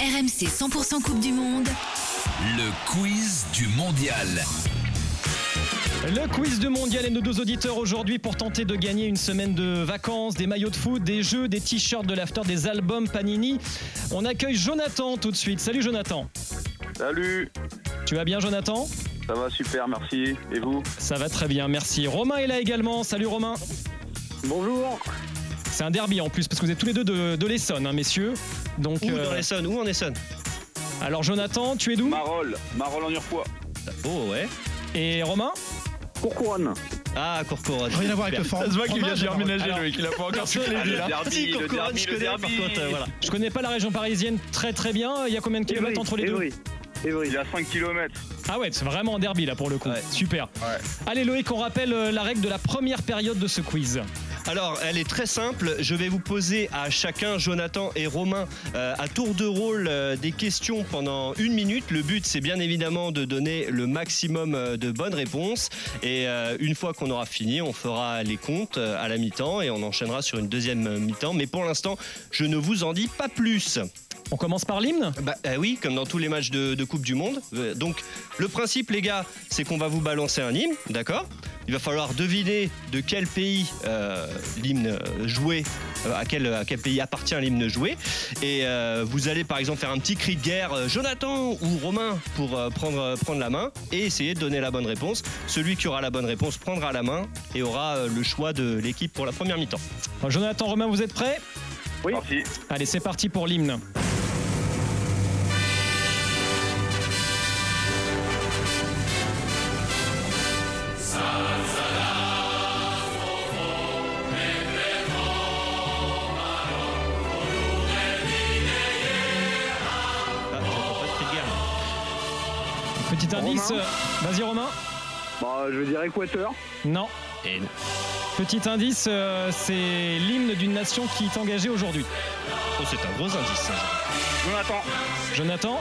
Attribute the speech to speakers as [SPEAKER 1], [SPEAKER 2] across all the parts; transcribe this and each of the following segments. [SPEAKER 1] RMC 100% Coupe du Monde.
[SPEAKER 2] Le quiz du mondial.
[SPEAKER 3] Le quiz de mondial et nos deux auditeurs aujourd'hui pour tenter de gagner une semaine de vacances, des maillots de foot, des jeux, des t-shirts de l'after, des albums Panini. On accueille Jonathan tout de suite. Salut Jonathan.
[SPEAKER 4] Salut,
[SPEAKER 3] Tu vas bien Jonathan
[SPEAKER 4] ça va super, merci. Et vous
[SPEAKER 3] Ça va très bien, merci. Romain est là également. Salut Romain.
[SPEAKER 5] Bonjour.
[SPEAKER 3] C'est un derby en plus parce que vous êtes tous les deux de, de l'Essonne, hein, messieurs. Donc,
[SPEAKER 6] Où
[SPEAKER 3] euh,
[SPEAKER 6] dans l'Essonne Où en Essonne
[SPEAKER 3] alors Jonathan, tu es d'où
[SPEAKER 4] Marol, Marol en Urquois.
[SPEAKER 6] Oh ouais.
[SPEAKER 3] Et Romain
[SPEAKER 5] Courcouronne.
[SPEAKER 6] Ah, Courcouronne.
[SPEAKER 7] Rien à voir avec le forum. Ça se voit qu'il vient de
[SPEAKER 3] déménager, le mec,
[SPEAKER 7] il a pas encore
[SPEAKER 4] Ah, le
[SPEAKER 6] Si,
[SPEAKER 4] derby, le
[SPEAKER 6] Courcouronne,
[SPEAKER 4] derby,
[SPEAKER 6] je
[SPEAKER 4] le
[SPEAKER 6] connais, par
[SPEAKER 4] derby.
[SPEAKER 6] contre, euh, voilà.
[SPEAKER 3] Je connais pas la région parisienne très très bien. Il y a combien de kilomètres entre les deux
[SPEAKER 5] Évry. Évry.
[SPEAKER 4] Il a 5 km.
[SPEAKER 3] Ah ouais, c'est vraiment un derby là pour le coup.
[SPEAKER 6] Ouais.
[SPEAKER 3] Super. Allez Loïc, on rappelle euh, la règle de la première période de ce quiz.
[SPEAKER 6] Alors, elle est très simple. Je vais vous poser à chacun, Jonathan et Romain, euh, à tour de rôle euh, des questions pendant une minute. Le but, c'est bien évidemment de donner le maximum euh, de bonnes réponses. Et euh, une fois qu'on aura fini, on fera les comptes euh, à la mi-temps et on enchaînera sur une deuxième euh, mi-temps. Mais pour l'instant, je ne vous en dis pas plus.
[SPEAKER 3] On commence par l'hymne
[SPEAKER 6] Bah euh, oui, comme dans tous les matchs de, de Coupe du Monde. Euh, Donc le principe, les gars, c'est qu'on va vous balancer un hymne, d'accord Il va falloir deviner de quel pays euh, l'hymne joué, euh, à, quel, à quel pays appartient l'hymne joué. Et euh, vous allez par exemple faire un petit cri de guerre, euh, Jonathan ou Romain, pour euh, prendre, euh, prendre la main et essayer de donner la bonne réponse. Celui qui aura la bonne réponse prendra la main et aura euh, le choix de l'équipe pour la première mi-temps.
[SPEAKER 3] Bon, Jonathan, Romain, vous êtes prêts
[SPEAKER 5] Oui.
[SPEAKER 4] Parti.
[SPEAKER 3] Allez, c'est parti pour l'hymne.
[SPEAKER 6] Ah, j'entends pas de cri de guerre. là.
[SPEAKER 3] Petit indice.
[SPEAKER 5] Romain
[SPEAKER 3] euh, Vas-y Romain.
[SPEAKER 5] Bah, je veux dire Équateur.
[SPEAKER 3] Non.
[SPEAKER 6] Et non.
[SPEAKER 3] Petit indice, euh, c'est l'hymne d'une nation qui est engagée aujourd'hui.
[SPEAKER 6] Oh, c'est un gros indice. ça.
[SPEAKER 4] Jonathan,
[SPEAKER 3] Jonathan,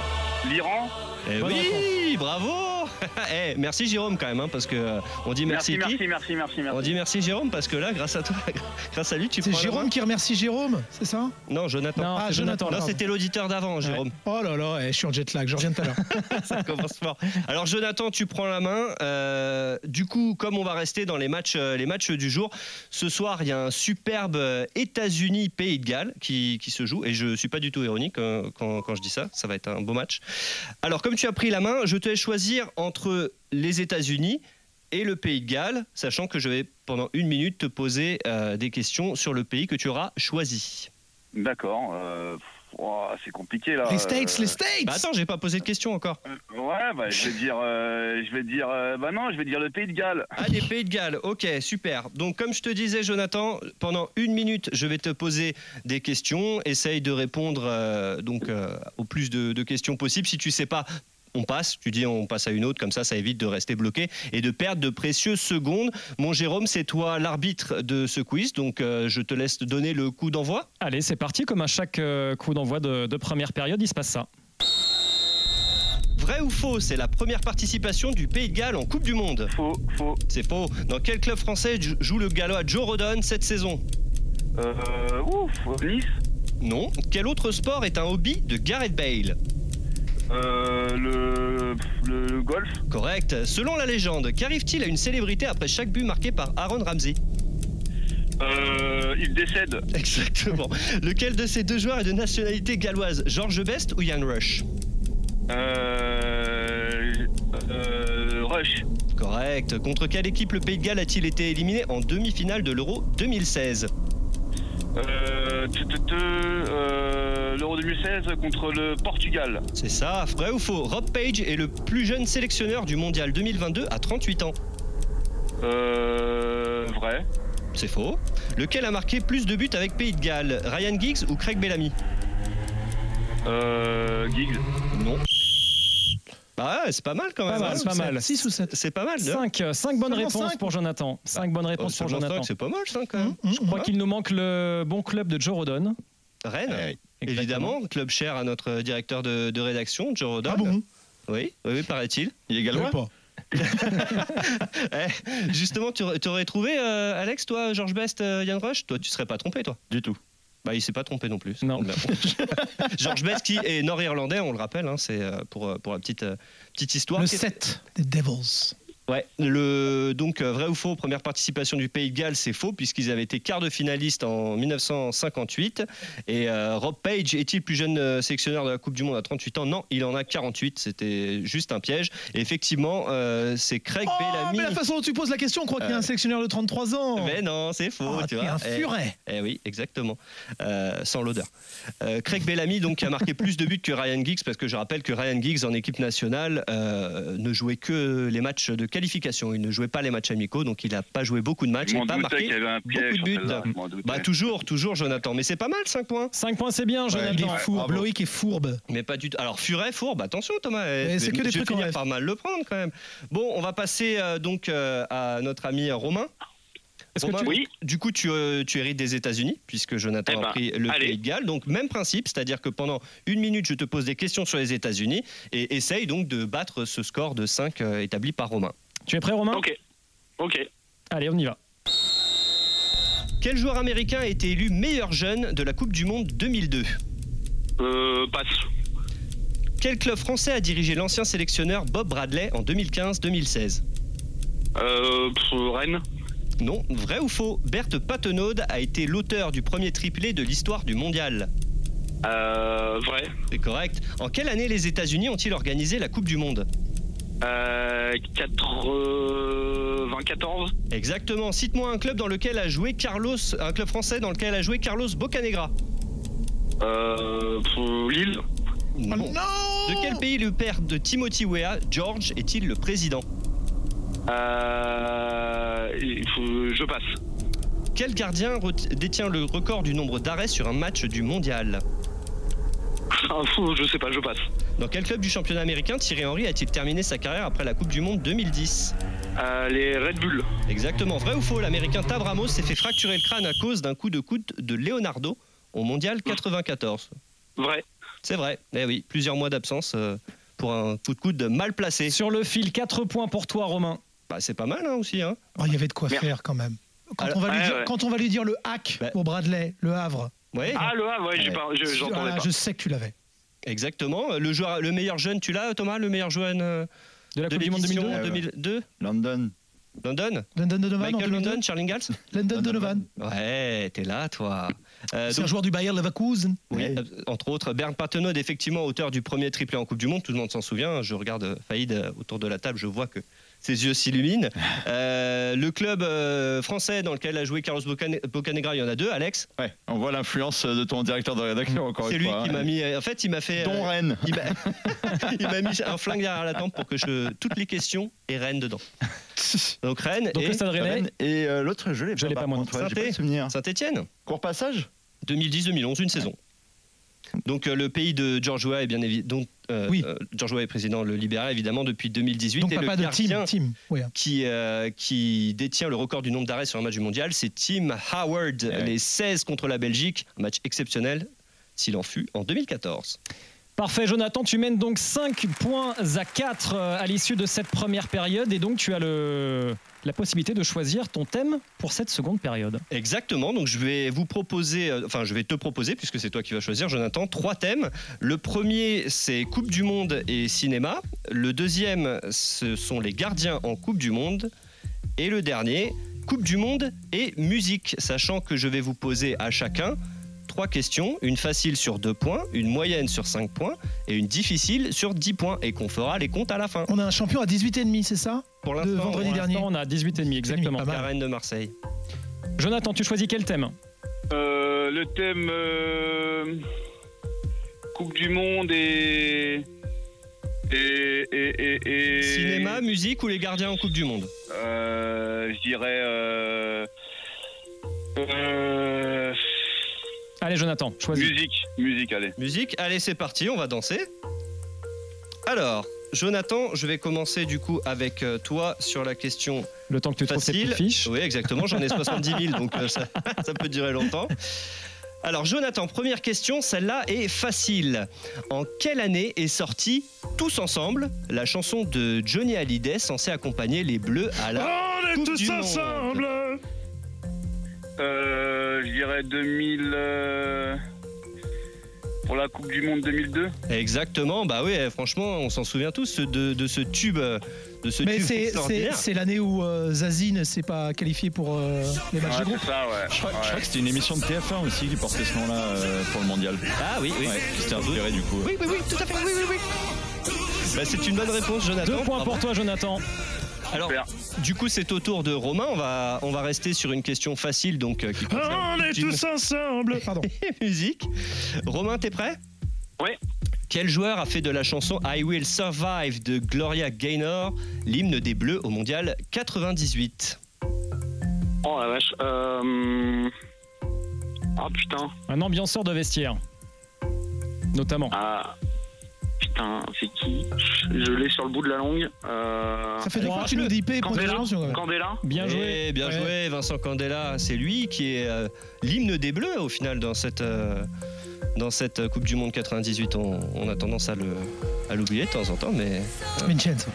[SPEAKER 4] l'Iran.
[SPEAKER 6] Eh
[SPEAKER 3] Bonne
[SPEAKER 6] oui, bravo Eh, Merci Jérôme quand même, hein, parce que euh, on dit merci,
[SPEAKER 4] Merci,
[SPEAKER 6] qui
[SPEAKER 4] merci, merci, merci,
[SPEAKER 6] On
[SPEAKER 4] merci.
[SPEAKER 6] dit merci Jérôme parce que là, grâce à toi, grâce à lui, tu prends.
[SPEAKER 7] C'est
[SPEAKER 6] la
[SPEAKER 7] Jérôme
[SPEAKER 6] main.
[SPEAKER 7] qui remercie Jérôme, c'est ça
[SPEAKER 6] Non, Jonathan.
[SPEAKER 3] Non,
[SPEAKER 7] Ah,
[SPEAKER 3] c'est
[SPEAKER 7] Jonathan,
[SPEAKER 6] Non,
[SPEAKER 7] pardon.
[SPEAKER 6] c'était l'auditeur d'avant, Jérôme.
[SPEAKER 7] Ouais. Oh là là, eh, je suis en jet lag, je reviens tout à l'heure.
[SPEAKER 6] Ça commence fort. Alors Jonathan, tu prends la main. Euh, du coup, comme on va rester dans les matchs, euh, les matchs du jour, ce soir, il y a un superbe euh, États-Unis Pays de Galles qui, qui se joue. Et je suis pas du tout ironique euh, quand, quand je dis ça. Ça va être un beau match. Alors, comme tu as pris la main, je te laisse choisir entre les États-Unis et le Pays de Galles, sachant que je vais pendant une minute te poser euh, des questions sur le pays que tu auras choisi.
[SPEAKER 4] D'accord. euh, pff, ouah, c'est compliqué là.
[SPEAKER 7] les States,
[SPEAKER 4] Euh,
[SPEAKER 7] les States
[SPEAKER 6] Bah attends, j'ai pas posé de questions encore.
[SPEAKER 4] Ouais, bah, je vais dire, euh, je vais dire, euh, bah non, je vais dire le Pays de Galles.
[SPEAKER 6] Ah, les Pays de Galles, ok, super. Donc, comme je te disais, Jonathan, pendant une minute, je vais te poser des questions. Essaye de répondre euh, donc, euh, au plus de, de questions possible. Si tu sais pas, on passe. Tu dis on passe à une autre, comme ça, ça évite de rester bloqué et de perdre de précieuses secondes. Mon Jérôme, c'est toi l'arbitre de ce quiz, donc euh, je te laisse te donner le coup d'envoi.
[SPEAKER 3] allez, c'est parti. Comme à chaque euh, coup d'envoi de, de première période, il se passe ça.
[SPEAKER 6] Vrai ou faux, c'est la première participation du Pays de Galles en Coupe du Monde.
[SPEAKER 4] Faux, faux.
[SPEAKER 6] C'est faux. Dans quel club français jou- joue le galop à Joe Rodon cette saison
[SPEAKER 4] Euh, ouf, Nice.
[SPEAKER 6] Non. Quel autre sport est un hobby de Gareth Bale
[SPEAKER 4] Euh, le, pff, le, le golf.
[SPEAKER 6] Correct. Selon la légende, qu'arrive-t-il à une célébrité après chaque but marqué par Aaron Ramsey
[SPEAKER 4] Euh, il décède.
[SPEAKER 6] Exactement. Lequel de ces deux joueurs est de nationalité galloise George Best ou Ian Rush
[SPEAKER 4] Euh, euh, Rush.
[SPEAKER 6] Correct. Contre quelle équipe le Pays de Galles a-t-il été éliminé en demi-finale de l'Euro 2016
[SPEAKER 4] Euh, te- te- te, euh, l'Euro 2016 contre le Portugal.
[SPEAKER 6] C'est ça, vrai ou faux Rob Page est le plus jeune sélectionneur du Mondial 2022 à 38 ans.
[SPEAKER 4] Euh, vrai.
[SPEAKER 6] C'est faux. Lequel a marqué plus de buts avec Pays de Galles Ryan Giggs ou Craig Bellamy
[SPEAKER 4] Euh, Giggs.
[SPEAKER 6] Non. Bah ouais, c'est pas mal quand même.
[SPEAKER 3] Pas mal,
[SPEAKER 6] hein.
[SPEAKER 3] c'est pas mal.
[SPEAKER 7] 6 ou 7.
[SPEAKER 6] C'est pas mal, hein. non
[SPEAKER 3] 5, bonnes
[SPEAKER 7] Seulement
[SPEAKER 3] réponses
[SPEAKER 7] cinq
[SPEAKER 3] pour Jonathan. 5 bonnes
[SPEAKER 6] Oh,
[SPEAKER 3] réponses pour
[SPEAKER 6] seulement
[SPEAKER 3] Jonathan. Mm,
[SPEAKER 6] cinq, c'est pas mal, ça, quand même.
[SPEAKER 3] Je crois qu'il nous manque le bon club de Joe Rodon.
[SPEAKER 6] Rennes,
[SPEAKER 3] Exactement.
[SPEAKER 6] évidemment, club cher à notre directeur de, de rédaction, Joe Rodin.
[SPEAKER 7] Ah
[SPEAKER 3] hein.
[SPEAKER 7] bon
[SPEAKER 6] Oui, oui, oui, paraît-il. Il est
[SPEAKER 7] Je savais
[SPEAKER 6] gallois.
[SPEAKER 7] pas.
[SPEAKER 6] Eh, justement, tu aurais- tu aurais trouvé, euh, Alex, toi, Georges Best, euh, Yann Rush Toi, tu serais pas trompé, toi Du tout. Bah, il s'est pas trompé non plus.
[SPEAKER 3] Non.
[SPEAKER 6] Bah, bon. Georges Best, qui est nord-irlandais, on le rappelle, hein, c'est euh, pour, euh, pour la petite, euh, petite histoire.
[SPEAKER 7] Le
[SPEAKER 6] Qu'est-ce-
[SPEAKER 7] 7 des Devils.
[SPEAKER 6] Ouais, le, donc euh, vrai ou faux, première participation du Pays de Galles, c'est faux, puisqu'ils avaient été quart de finaliste en 1958. Et euh, Rob Page est-il plus jeune euh, sélectionneur de la Coupe du Monde à 38 ans Non, il en a 48, c'était juste un piège. Et effectivement, euh, c'est Craig
[SPEAKER 7] Oh,
[SPEAKER 6] Bellamy.
[SPEAKER 7] mais la façon dont tu poses la question, on croit qu'il y a un sélectionneur de 33 ans.
[SPEAKER 6] Mais non, c'est faux,
[SPEAKER 7] Ah,
[SPEAKER 6] tu
[SPEAKER 7] t'es
[SPEAKER 6] vois.
[SPEAKER 7] un
[SPEAKER 6] Eh,
[SPEAKER 7] furet.
[SPEAKER 6] eh oui, exactement. Euh, sans l'odeur. Euh, Craig Bellamy, donc, qui a marqué plus de buts que Ryan Giggs, parce que je rappelle que Ryan Giggs, en équipe nationale, euh, ne jouait que les matchs de qualification. Il ne jouait pas les matchs amicaux, donc il n'a pas joué beaucoup de matchs.
[SPEAKER 4] Je
[SPEAKER 6] Il
[SPEAKER 4] m'en
[SPEAKER 6] n'a Ah, pas
[SPEAKER 4] doutais qu'il y
[SPEAKER 6] marqué.
[SPEAKER 4] avait un piège.
[SPEAKER 6] beaucoup de
[SPEAKER 4] sur
[SPEAKER 6] buts.
[SPEAKER 4] celle-là, je m'en doutais.
[SPEAKER 6] Bah, toujours, toujours, Jonathan. Mais c'est pas mal, 5 points.
[SPEAKER 3] 5 points, c'est bien,
[SPEAKER 7] Il
[SPEAKER 3] Jonathan.
[SPEAKER 7] est fourbe. Loïc est fourbe.
[SPEAKER 6] Mais pas du tout. Alors, furet, fourbe, attention Thomas. eh,
[SPEAKER 7] Mais
[SPEAKER 6] je
[SPEAKER 7] c'est
[SPEAKER 6] vais-
[SPEAKER 7] que des
[SPEAKER 6] je vais
[SPEAKER 7] trucs en
[SPEAKER 6] finir
[SPEAKER 7] rêve.
[SPEAKER 6] par mal le prendre quand même. Bon, on va passer euh, donc euh, à notre ami Romain.
[SPEAKER 3] Est-ce que
[SPEAKER 6] Romain,
[SPEAKER 3] tu-
[SPEAKER 4] Oui.
[SPEAKER 6] du coup, tu, euh, tu hérites des États-Unis, puisque Jonathan
[SPEAKER 4] Eh ben,
[SPEAKER 6] a pris le
[SPEAKER 4] allez.
[SPEAKER 6] pays de Galles. Donc, même principe, c'est-à-dire que pendant une minute, je te pose des questions sur les États-Unis et essaye donc de battre ce score de 5 établi par Romain.
[SPEAKER 3] tu es prêt, Romain
[SPEAKER 4] Ok. Ok.
[SPEAKER 3] Allez, on y va.
[SPEAKER 6] Quel joueur américain a été élu meilleur jeune de la Coupe du Monde 2002
[SPEAKER 4] Euh, passe.
[SPEAKER 6] Quel club français a dirigé l'ancien sélectionneur Bob Bradley en 2015-2016
[SPEAKER 4] Euh, pff, Rennes.
[SPEAKER 6] Non, vrai ou faux, Berthe Patenaud a été l'auteur du premier triplé de l'histoire du mondial.
[SPEAKER 4] Euh, vrai.
[SPEAKER 6] C'est correct. En quelle année les États-Unis ont-ils organisé la Coupe du Monde
[SPEAKER 4] Euh, 94.
[SPEAKER 6] Exactement. Cite-moi un club dans lequel a joué Carlos, un club français dans lequel a joué Carlos Bocanegra.
[SPEAKER 4] Euh, pff, Lille.
[SPEAKER 7] Oh,
[SPEAKER 6] Non. De quel pays le père de Timothy Weah, George, est-il le président
[SPEAKER 4] Euh, il faut- je passe.
[SPEAKER 6] Quel gardien re- détient le record du nombre d'arrêts sur un match du mondial
[SPEAKER 4] Ah, pff, je sais pas, je passe.
[SPEAKER 6] Dans quel club du championnat américain Thierry Henry a-t-il terminé sa carrière après la Coupe du Monde 2010
[SPEAKER 4] Euh, les Red Bull.
[SPEAKER 6] Exactement, vrai ou faux, l'américain Tab Ramos s'est fait fracturer le crâne à cause d'un coup de coude de Leonardo au mondial 94.
[SPEAKER 4] Vrai.
[SPEAKER 6] C'est vrai, eh oui, plusieurs mois d'absence euh, pour un coup de coude mal placé.
[SPEAKER 3] Sur le fil, 4 points pour toi, Romain.
[SPEAKER 6] Bah, c'est pas mal hein, aussi. Hein.
[SPEAKER 7] Oh, il y avait de quoi
[SPEAKER 4] Merde.
[SPEAKER 7] faire quand même. Quand,
[SPEAKER 6] Alors,
[SPEAKER 7] on va lui
[SPEAKER 4] ouais,
[SPEAKER 7] dire,
[SPEAKER 4] ouais.
[SPEAKER 7] quand on va lui dire le hack
[SPEAKER 6] Bah.
[SPEAKER 7] pour Bradley, le Havre,
[SPEAKER 6] Ouais,
[SPEAKER 4] Ah, le A, ouais, j'ai pas- je- j'entendais
[SPEAKER 7] Ah,
[SPEAKER 4] pas.
[SPEAKER 7] je sais que tu l'avais.
[SPEAKER 6] exactement. Le, joueur, le meilleur jeune, tu l'as Thomas, le meilleur jeune euh,
[SPEAKER 3] De la
[SPEAKER 6] de
[SPEAKER 3] Coupe du Monde
[SPEAKER 6] l'édition
[SPEAKER 3] 2002
[SPEAKER 6] 2002
[SPEAKER 8] London.
[SPEAKER 6] London
[SPEAKER 7] London Donovan en
[SPEAKER 6] Michael
[SPEAKER 7] 2002.
[SPEAKER 6] London, Charlie Gals
[SPEAKER 7] London Donovan.
[SPEAKER 6] Ouais, t'es là toi. Euh,
[SPEAKER 7] C'est
[SPEAKER 6] donc,
[SPEAKER 7] un joueur du Bayern Leverkusen.
[SPEAKER 6] Oui, euh, entre autres, Bernd Patenaude, effectivement, auteur du premier triplé en Coupe du Monde. Tout le monde s'en souvient. Je regarde euh, Faïd euh, autour de la table, je vois que ses yeux s'illuminent. Euh, le club euh, français dans lequel a joué Carlos Bocane- Bocanegra, il y en a deux. Alex,
[SPEAKER 8] Ouais, on voit l'influence de ton directeur de rédaction encore
[SPEAKER 6] c'est
[SPEAKER 8] une
[SPEAKER 6] lui
[SPEAKER 8] fois.
[SPEAKER 6] qui m'a mis. euh, En fait, il m'a fait.
[SPEAKER 8] Don
[SPEAKER 6] euh,
[SPEAKER 8] Rennes.
[SPEAKER 6] il m'a- il m'a mis un flingue derrière la tempe pour que je. Toutes les questions et Rennes dedans. Donc Rennes
[SPEAKER 3] Donc
[SPEAKER 6] et
[SPEAKER 3] le Stade Rennais.
[SPEAKER 8] Rennes. Et euh, l'autre, je l'ai
[SPEAKER 3] Eh Je l'ai
[SPEAKER 8] par
[SPEAKER 3] pas, moi,
[SPEAKER 8] contre, ouais, j'ai
[SPEAKER 6] Saint-Étienne.
[SPEAKER 8] pas de souvenir.
[SPEAKER 6] Saint-Etienne.
[SPEAKER 8] Court passage
[SPEAKER 6] 2010-2011, une saison. Donc euh, le pays de George Weah est bien évidemment.
[SPEAKER 7] Oui.
[SPEAKER 6] George Weah euh, est président le libéral évidemment depuis 2018
[SPEAKER 7] Donc
[SPEAKER 6] et le
[SPEAKER 7] papa de
[SPEAKER 6] gardien
[SPEAKER 7] Tim. Tim. Oui. hein.
[SPEAKER 6] qui euh, qui détient le record du nombre d'arrêts sur un match du mondial, c'est Tim Howard,
[SPEAKER 7] Eh
[SPEAKER 8] ouais.
[SPEAKER 6] les 16 contre la Belgique, un match exceptionnel s'il en fut en 2014.
[SPEAKER 3] Parfait, Jonathan, tu mènes donc 5 points à 4 à l'issue de cette première période et donc tu as le... la possibilité de choisir ton thème pour cette seconde période.
[SPEAKER 6] Exactement, donc je vais vous proposer, euh, enfin je vais te proposer, puisque c'est toi qui vas choisir, Jonathan, trois thèmes. Le premier, c'est Coupe du Monde et cinéma. Le deuxième, ce sont les gardiens en Coupe du Monde. Et le dernier, Coupe du Monde et musique, sachant que je vais vous poser à chacun trois questions, une facile sur deux points, une moyenne sur cinq points et une difficile sur 10 points, et qu'on fera les comptes à la fin.
[SPEAKER 7] On a un champion à 18,5, c'est ça
[SPEAKER 6] Pour
[SPEAKER 7] De
[SPEAKER 6] l'instant,
[SPEAKER 7] vendredi
[SPEAKER 3] Pour
[SPEAKER 7] dernier.
[SPEAKER 3] l'instant, on a 18,5 exactement.
[SPEAKER 7] pas
[SPEAKER 6] on a
[SPEAKER 7] mal.
[SPEAKER 6] la reine de Marseille.
[SPEAKER 3] Jonathan, tu choisis quel thème
[SPEAKER 4] Euh, le thème euh, Coupe du Monde et et et, et, et-
[SPEAKER 6] Cinéma, musique ou les gardiens en Coupe du Monde
[SPEAKER 4] Euh, je dirais. Euh, euh,
[SPEAKER 3] Allez, Allez, Jonathan, choisis.
[SPEAKER 4] Musique, musique, allez.
[SPEAKER 6] Musique, allez c'est parti, on va danser. Alors, Jonathan, je vais commencer du coup avec euh, toi sur la question
[SPEAKER 3] Le temps que tu trouves tes
[SPEAKER 6] facile.
[SPEAKER 3] petites fiches.
[SPEAKER 6] Oui, exactement, j'en ai 70 000, donc euh, ça, ça peut durer longtemps. Alors, Jonathan, première question, celle-là est facile. En quelle année est sortie, tous ensemble, la chanson de Johnny Hallyday censée accompagner les Bleus à
[SPEAKER 8] Ah
[SPEAKER 6] la Coupe du Monde
[SPEAKER 4] Euh, je dirais 2000. euh, pour la Coupe du Monde 2002.
[SPEAKER 6] Exactement, bah oui, eh, franchement, on s'en souvient tous de, de ce tube. euh, De ce
[SPEAKER 7] Mais
[SPEAKER 6] tube
[SPEAKER 7] c'est- c'est
[SPEAKER 6] extraordinaire.
[SPEAKER 7] c'est l'année où euh, Zazie ne s'est pas qualifié pour euh, les matchs de
[SPEAKER 4] Ouais,
[SPEAKER 7] groupe.
[SPEAKER 4] c'est ça, ouais.
[SPEAKER 8] Je crois, je crois
[SPEAKER 4] Ouais.
[SPEAKER 8] que c'était une émission de TF1 aussi qui portait ce nom-là euh, pour le mondial.
[SPEAKER 6] Ah oui, oui.
[SPEAKER 8] Ouais, qui s'était inspiré du coup.
[SPEAKER 6] Oui, oui, oui, tout à fait, oui, oui, oui. Bah, c'est une bonne réponse, Jonathan.
[SPEAKER 3] Deux points
[SPEAKER 6] Bravo.
[SPEAKER 3] pour toi, Jonathan.
[SPEAKER 6] Alors,
[SPEAKER 4] Super.
[SPEAKER 6] du coup, c'est au tour de Romain. On va, on va rester sur une question facile, donc. euh, qui
[SPEAKER 3] Ah.
[SPEAKER 6] concerne
[SPEAKER 7] On est
[SPEAKER 6] Jim
[SPEAKER 7] tous ensemble. Pardon.
[SPEAKER 6] et musique. Romain, t'es prêt
[SPEAKER 4] Oui.
[SPEAKER 6] Quel joueur a fait de la chanson I Will Survive de Gloria Gaynor l'hymne des Bleus au Mondial 98
[SPEAKER 4] Oh la vache. Euh... Oh putain.
[SPEAKER 3] Un ambianceur de vestiaire. Notamment.
[SPEAKER 4] Ah. Putain, c'est qui Je l'ai sur le bout de la langue. Euh...
[SPEAKER 7] Ça fait deux
[SPEAKER 3] Oh,
[SPEAKER 7] fois que tu
[SPEAKER 3] je-
[SPEAKER 7] nous dis P, point
[SPEAKER 4] Candela
[SPEAKER 7] d'interrogation, quand même.
[SPEAKER 4] Candela
[SPEAKER 3] Bien joué.
[SPEAKER 6] Eh, bien
[SPEAKER 7] Ouais.
[SPEAKER 6] joué, Vincent Candela. C'est lui qui est euh, l'hymne des Bleus au final dans cette, euh, dans cette euh, Coupe du Monde 98. On, on a tendance à le à l'oublier de temps en temps, mais
[SPEAKER 7] Vincenzo.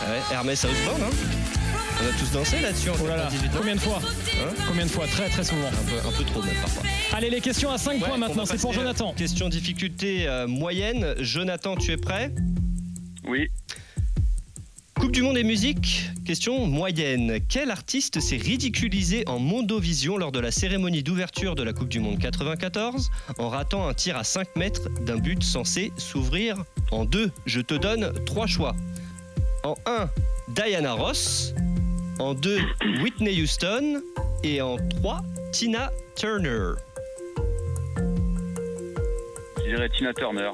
[SPEAKER 6] Ah ouais, Hermès Osborne, hein. on a tous dansé là-dessus en
[SPEAKER 3] Oh là là.
[SPEAKER 6] 98 ans.
[SPEAKER 3] Combien de fois
[SPEAKER 6] Hein
[SPEAKER 3] Combien de fois Très, très souvent.
[SPEAKER 6] un peu, un peu trop même parfois.
[SPEAKER 3] Allez, les questions à 5
[SPEAKER 6] Ouais,
[SPEAKER 3] points
[SPEAKER 6] on
[SPEAKER 3] maintenant.
[SPEAKER 6] va
[SPEAKER 3] C'est pour
[SPEAKER 6] passer, euh,
[SPEAKER 3] Jonathan.
[SPEAKER 6] Question difficulté euh, moyenne. Jonathan, tu es prêt
[SPEAKER 4] Oui.
[SPEAKER 6] Coupe du Monde et musique, question moyenne. Quel artiste s'est ridiculisé en Mondovision lors de la cérémonie d'ouverture de la Coupe du Monde 94 en ratant un tir à 5 mètres d'un but censé s'ouvrir en deux Je te donne trois choix. En 1, Diana Ross. En 2, Whitney Houston. Et en 3, Tina Turner.
[SPEAKER 4] Je dirais Tina Turner.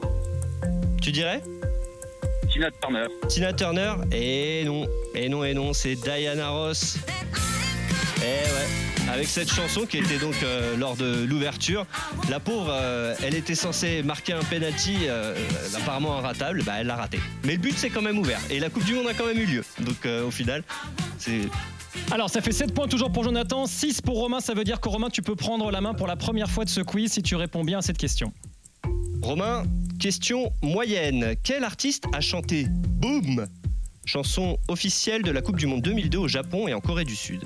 [SPEAKER 6] Tu dirais
[SPEAKER 4] Tina Turner.
[SPEAKER 6] Tina Turner Et non, et non, et non, c'est Diana Ross. Eh ouais, avec cette chanson qui était donc euh, lors de l'ouverture, la pauvre, euh, elle était censée marquer un penalty euh, apparemment inratable, bah elle l'a raté. Mais le but c'est quand même ouvert et la Coupe du Monde a quand même eu lieu. Donc euh, au final, c'est
[SPEAKER 3] Alors, ça fait 7 points toujours pour Jonathan, 6 pour Romain. Ça veut dire que Romain, tu peux prendre la main pour la première fois de ce quiz si tu réponds bien à cette question.
[SPEAKER 6] Romain. Question moyenne quel artiste a chanté Boom, chanson officielle de la Coupe du Monde 2002 au Japon et en Corée du Sud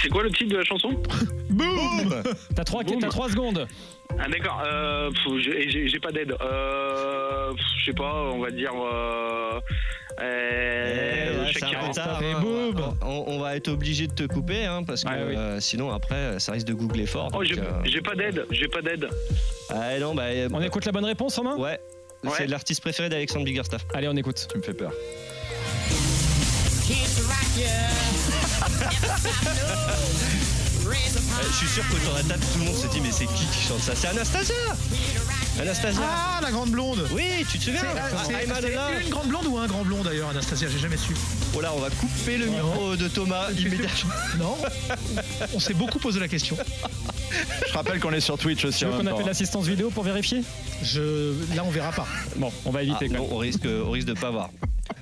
[SPEAKER 4] C'est quoi le titre de la chanson
[SPEAKER 6] Boom
[SPEAKER 3] T'as 3,
[SPEAKER 4] Boum.
[SPEAKER 3] secondes.
[SPEAKER 4] Ah d'accord. Euh, pff, j'ai- j'ai j'ai pas d'aide. Euh, pff, je sais pas, on va dire... Euh, euh,
[SPEAKER 6] Eh, Ouais, c'est un
[SPEAKER 4] Shakira.
[SPEAKER 6] peu tard,
[SPEAKER 3] Et
[SPEAKER 6] hein.
[SPEAKER 3] boum.
[SPEAKER 6] on, on va être obligé de te couper hein, parce que
[SPEAKER 3] Ouais, oui.
[SPEAKER 6] euh, sinon après ça risque de googler fort.
[SPEAKER 4] Oh,
[SPEAKER 6] donc,
[SPEAKER 4] j'ai
[SPEAKER 6] euh,
[SPEAKER 4] j'ai pas d'aide, j'ai pas d'aide.
[SPEAKER 6] ah, non, bah, euh,
[SPEAKER 3] On écoute la bonne réponse, Romain
[SPEAKER 6] Ouais.
[SPEAKER 4] Ouais.
[SPEAKER 6] C'est l'artiste préféré d'Alexandre Biggerstaff. Eh,
[SPEAKER 3] Allez, on écoute.
[SPEAKER 8] Tu me fais peur.
[SPEAKER 6] Euh, je suis sûr qu'autour de la table, tout le monde se dit mais c'est qui qui chante ça C'est Anastasia Anastasia
[SPEAKER 7] Ah, la grande blonde
[SPEAKER 6] Oui, tu te souviens Ah,
[SPEAKER 7] C'est-
[SPEAKER 6] I'm Madonna.
[SPEAKER 7] C'est une grande blonde ou un grand blond d'ailleurs, Anastasia J'ai jamais su.
[SPEAKER 6] Oh là, on va couper le micro de Thomas immédiatement.
[SPEAKER 7] Non On s'est beaucoup posé la question.
[SPEAKER 8] Je rappelle qu'on est sur Twitch aussi
[SPEAKER 3] Tu
[SPEAKER 8] en
[SPEAKER 3] veux qu'on
[SPEAKER 8] même temps.
[SPEAKER 3] appelle l'assistance vidéo pour vérifier
[SPEAKER 7] Je... Là, on verra pas.
[SPEAKER 3] Bon, on va
[SPEAKER 6] Ah,
[SPEAKER 3] éviter quand
[SPEAKER 6] non,
[SPEAKER 3] même.
[SPEAKER 6] on risque, on risque de pas voir.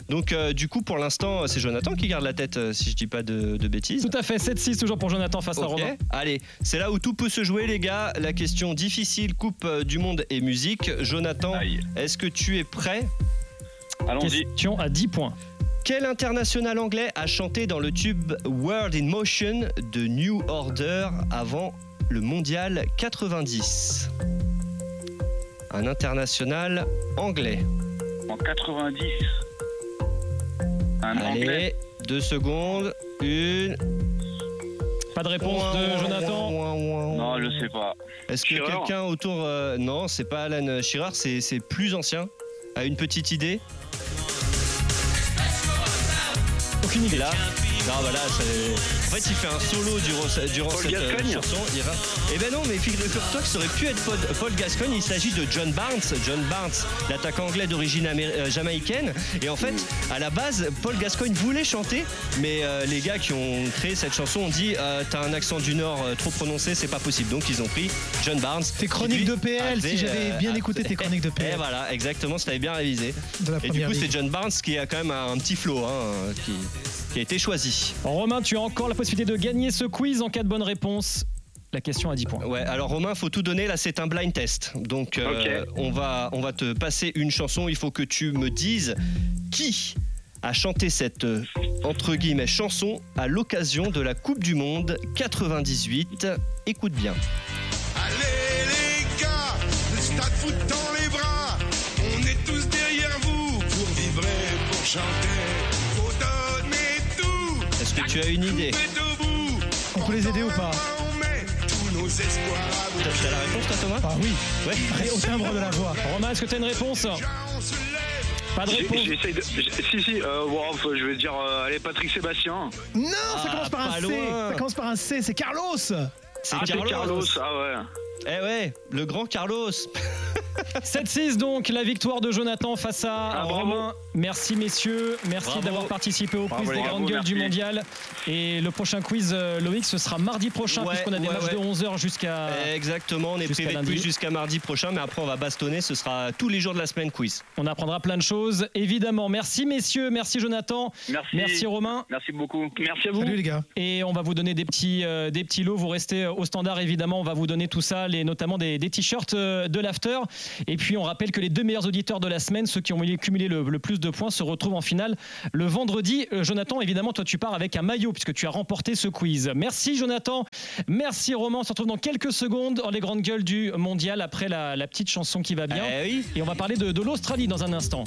[SPEAKER 6] Donc euh, du coup, pour l'instant, c'est Jonathan qui garde la tête, euh, si je dis pas de, de bêtises.
[SPEAKER 3] Tout à fait, 7-6 toujours pour Jonathan face à
[SPEAKER 6] Ok.
[SPEAKER 3] Romain.
[SPEAKER 6] Allez, c'est là où tout peut se jouer, les gars. La question difficile, Coupe euh, du Monde et musique. Jonathan,
[SPEAKER 4] Aïe.
[SPEAKER 6] est-ce que tu es prêt
[SPEAKER 4] Allons-y.
[SPEAKER 3] Question à 10 points.
[SPEAKER 6] Quel international anglais a chanté dans le tube World in Motion de New Order avant le mondial 90 Un international anglais.
[SPEAKER 4] En 90. Un anglais.
[SPEAKER 6] Allez, deux secondes. Une.
[SPEAKER 3] Pas de réponse de Jonathan.
[SPEAKER 4] Non, je sais pas.
[SPEAKER 6] Est-ce que
[SPEAKER 4] Shearer.
[SPEAKER 6] quelqu'un autour. euh, non, c'est pas Alan Shearer, c'est c'est plus ancien. A une petite idée
[SPEAKER 3] Aucune idée.
[SPEAKER 6] Là, Non, bah là, c'est- en fait, il fait un solo durant, durant
[SPEAKER 4] Paul
[SPEAKER 6] cette euh,
[SPEAKER 4] Gascoigne
[SPEAKER 6] chanson. Il ra- Eh ben non, mais figure-toi que ça aurait pu être Paul, Paul Gascoigne. Il s'agit de John Barnes. John Barnes, l'attaquant anglais d'origine amé- euh, jamaïcaine. Et en fait, à la base, Paul Gascoigne voulait chanter, mais euh, les gars qui ont créé cette chanson ont dit euh, T'as un accent du Nord euh, trop prononcé, c'est pas possible. Donc, ils ont pris John Barnes.
[SPEAKER 7] Tes chroniques de PL, si j'avais
[SPEAKER 6] euh,
[SPEAKER 7] bien écouté tes chroniques de
[SPEAKER 6] Et
[SPEAKER 7] PL
[SPEAKER 6] voilà, exactement, si t'avais bien révisé.
[SPEAKER 7] de la
[SPEAKER 6] Eh, bah. Et du
[SPEAKER 7] première
[SPEAKER 6] coup, c'est
[SPEAKER 7] ligue.
[SPEAKER 6] John Barnes qui a quand même un petit flow hein, qui, qui a été choisi.
[SPEAKER 3] Romain, tu as encore la possibilité de gagner ce quiz en cas de bonne réponse. La question à 10 points.
[SPEAKER 6] Ouais, alors Romain, faut tout donner. Là, c'est un blind test. Donc, euh, on, va, on va te passer une chanson. Il faut que tu me dises qui a chanté cette euh, entre guillemets chanson à l'occasion de la Coupe du Monde 98. Écoute bien.
[SPEAKER 9] Allez les gars, le stade fout dans les bras. On est tous derrière vous pour vibrer, pour chanter. Faut donner tout,
[SPEAKER 6] Est-ce que tu as une idée
[SPEAKER 9] couper debout.
[SPEAKER 7] On peut les aider ou pas
[SPEAKER 9] On met tous nos espoirs à
[SPEAKER 6] T'as t'as la réponse, toi, Thomas
[SPEAKER 7] Ah oui,
[SPEAKER 6] Ouais.
[SPEAKER 7] Ré- au timbre de la joie.
[SPEAKER 3] Romain, est-ce que tu as une réponse
[SPEAKER 9] on se lève.
[SPEAKER 3] Pas de
[SPEAKER 4] J'ai-
[SPEAKER 3] réponse.
[SPEAKER 4] J'essaye de. j'ai- Si, si, euh, wow, je vais dire. euh, allez, Patrick Sébastien.
[SPEAKER 7] Non, ça
[SPEAKER 6] Ah,
[SPEAKER 7] commence par
[SPEAKER 6] pas
[SPEAKER 7] un C.
[SPEAKER 6] loin.
[SPEAKER 7] Ça commence par un C, c'est Carlos.
[SPEAKER 6] C'est
[SPEAKER 4] ah, c'est
[SPEAKER 6] Carlos.
[SPEAKER 4] Carlos, ah ouais.
[SPEAKER 6] Eh ouais, le grand Carlos.
[SPEAKER 3] 7-6 donc, la victoire de Jonathan face à
[SPEAKER 4] Ah, bravo.
[SPEAKER 3] Romain. Merci messieurs, merci
[SPEAKER 6] Bravo.
[SPEAKER 3] d'avoir participé au
[SPEAKER 4] Bravo,
[SPEAKER 3] quiz
[SPEAKER 4] les
[SPEAKER 3] des
[SPEAKER 4] gars.
[SPEAKER 3] grandes gueules du
[SPEAKER 4] Merci.
[SPEAKER 3] mondial. Et le prochain quiz, euh, Loïc, ce sera mardi prochain
[SPEAKER 6] Ouais,
[SPEAKER 3] puisqu'on a des
[SPEAKER 6] ouais,
[SPEAKER 3] matchs
[SPEAKER 6] ouais.
[SPEAKER 3] de 11h jusqu'à...
[SPEAKER 7] Ah.
[SPEAKER 4] Eh.
[SPEAKER 6] Exactement, on est
[SPEAKER 3] Jusqu'à
[SPEAKER 6] privé de
[SPEAKER 3] lundi.
[SPEAKER 6] quiz jusqu'à mardi prochain, mais après on va bastonner, ce sera tous les jours de la semaine quiz.
[SPEAKER 3] On apprendra plein de choses, évidemment. Merci messieurs, merci Jonathan,
[SPEAKER 4] Merci.
[SPEAKER 3] merci Romain.
[SPEAKER 4] Merci beaucoup. Merci à vous.
[SPEAKER 7] Salut les gars.
[SPEAKER 3] et on va vous donner des petits, euh, des petits lots. Vous restez euh, au standard, évidemment. On va vous donner tout ça, les, notamment des, des t-shirts euh, de l'after. Et puis, on rappelle que les deux meilleurs auditeurs de la semaine, ceux qui ont cumulé le, le plus de points, se retrouvent en finale le vendredi. Euh, Jonathan, évidemment, toi, tu pars avec un maillot puisque tu as remporté ce quiz. Merci, Jonathan. Merci, Romain. On se retrouve dans quelques secondes dans les grandes gueules du mondial après la, la petite chanson qui va bien.
[SPEAKER 6] Eh oui.
[SPEAKER 3] Et on va parler de, de l'Australie dans un instant.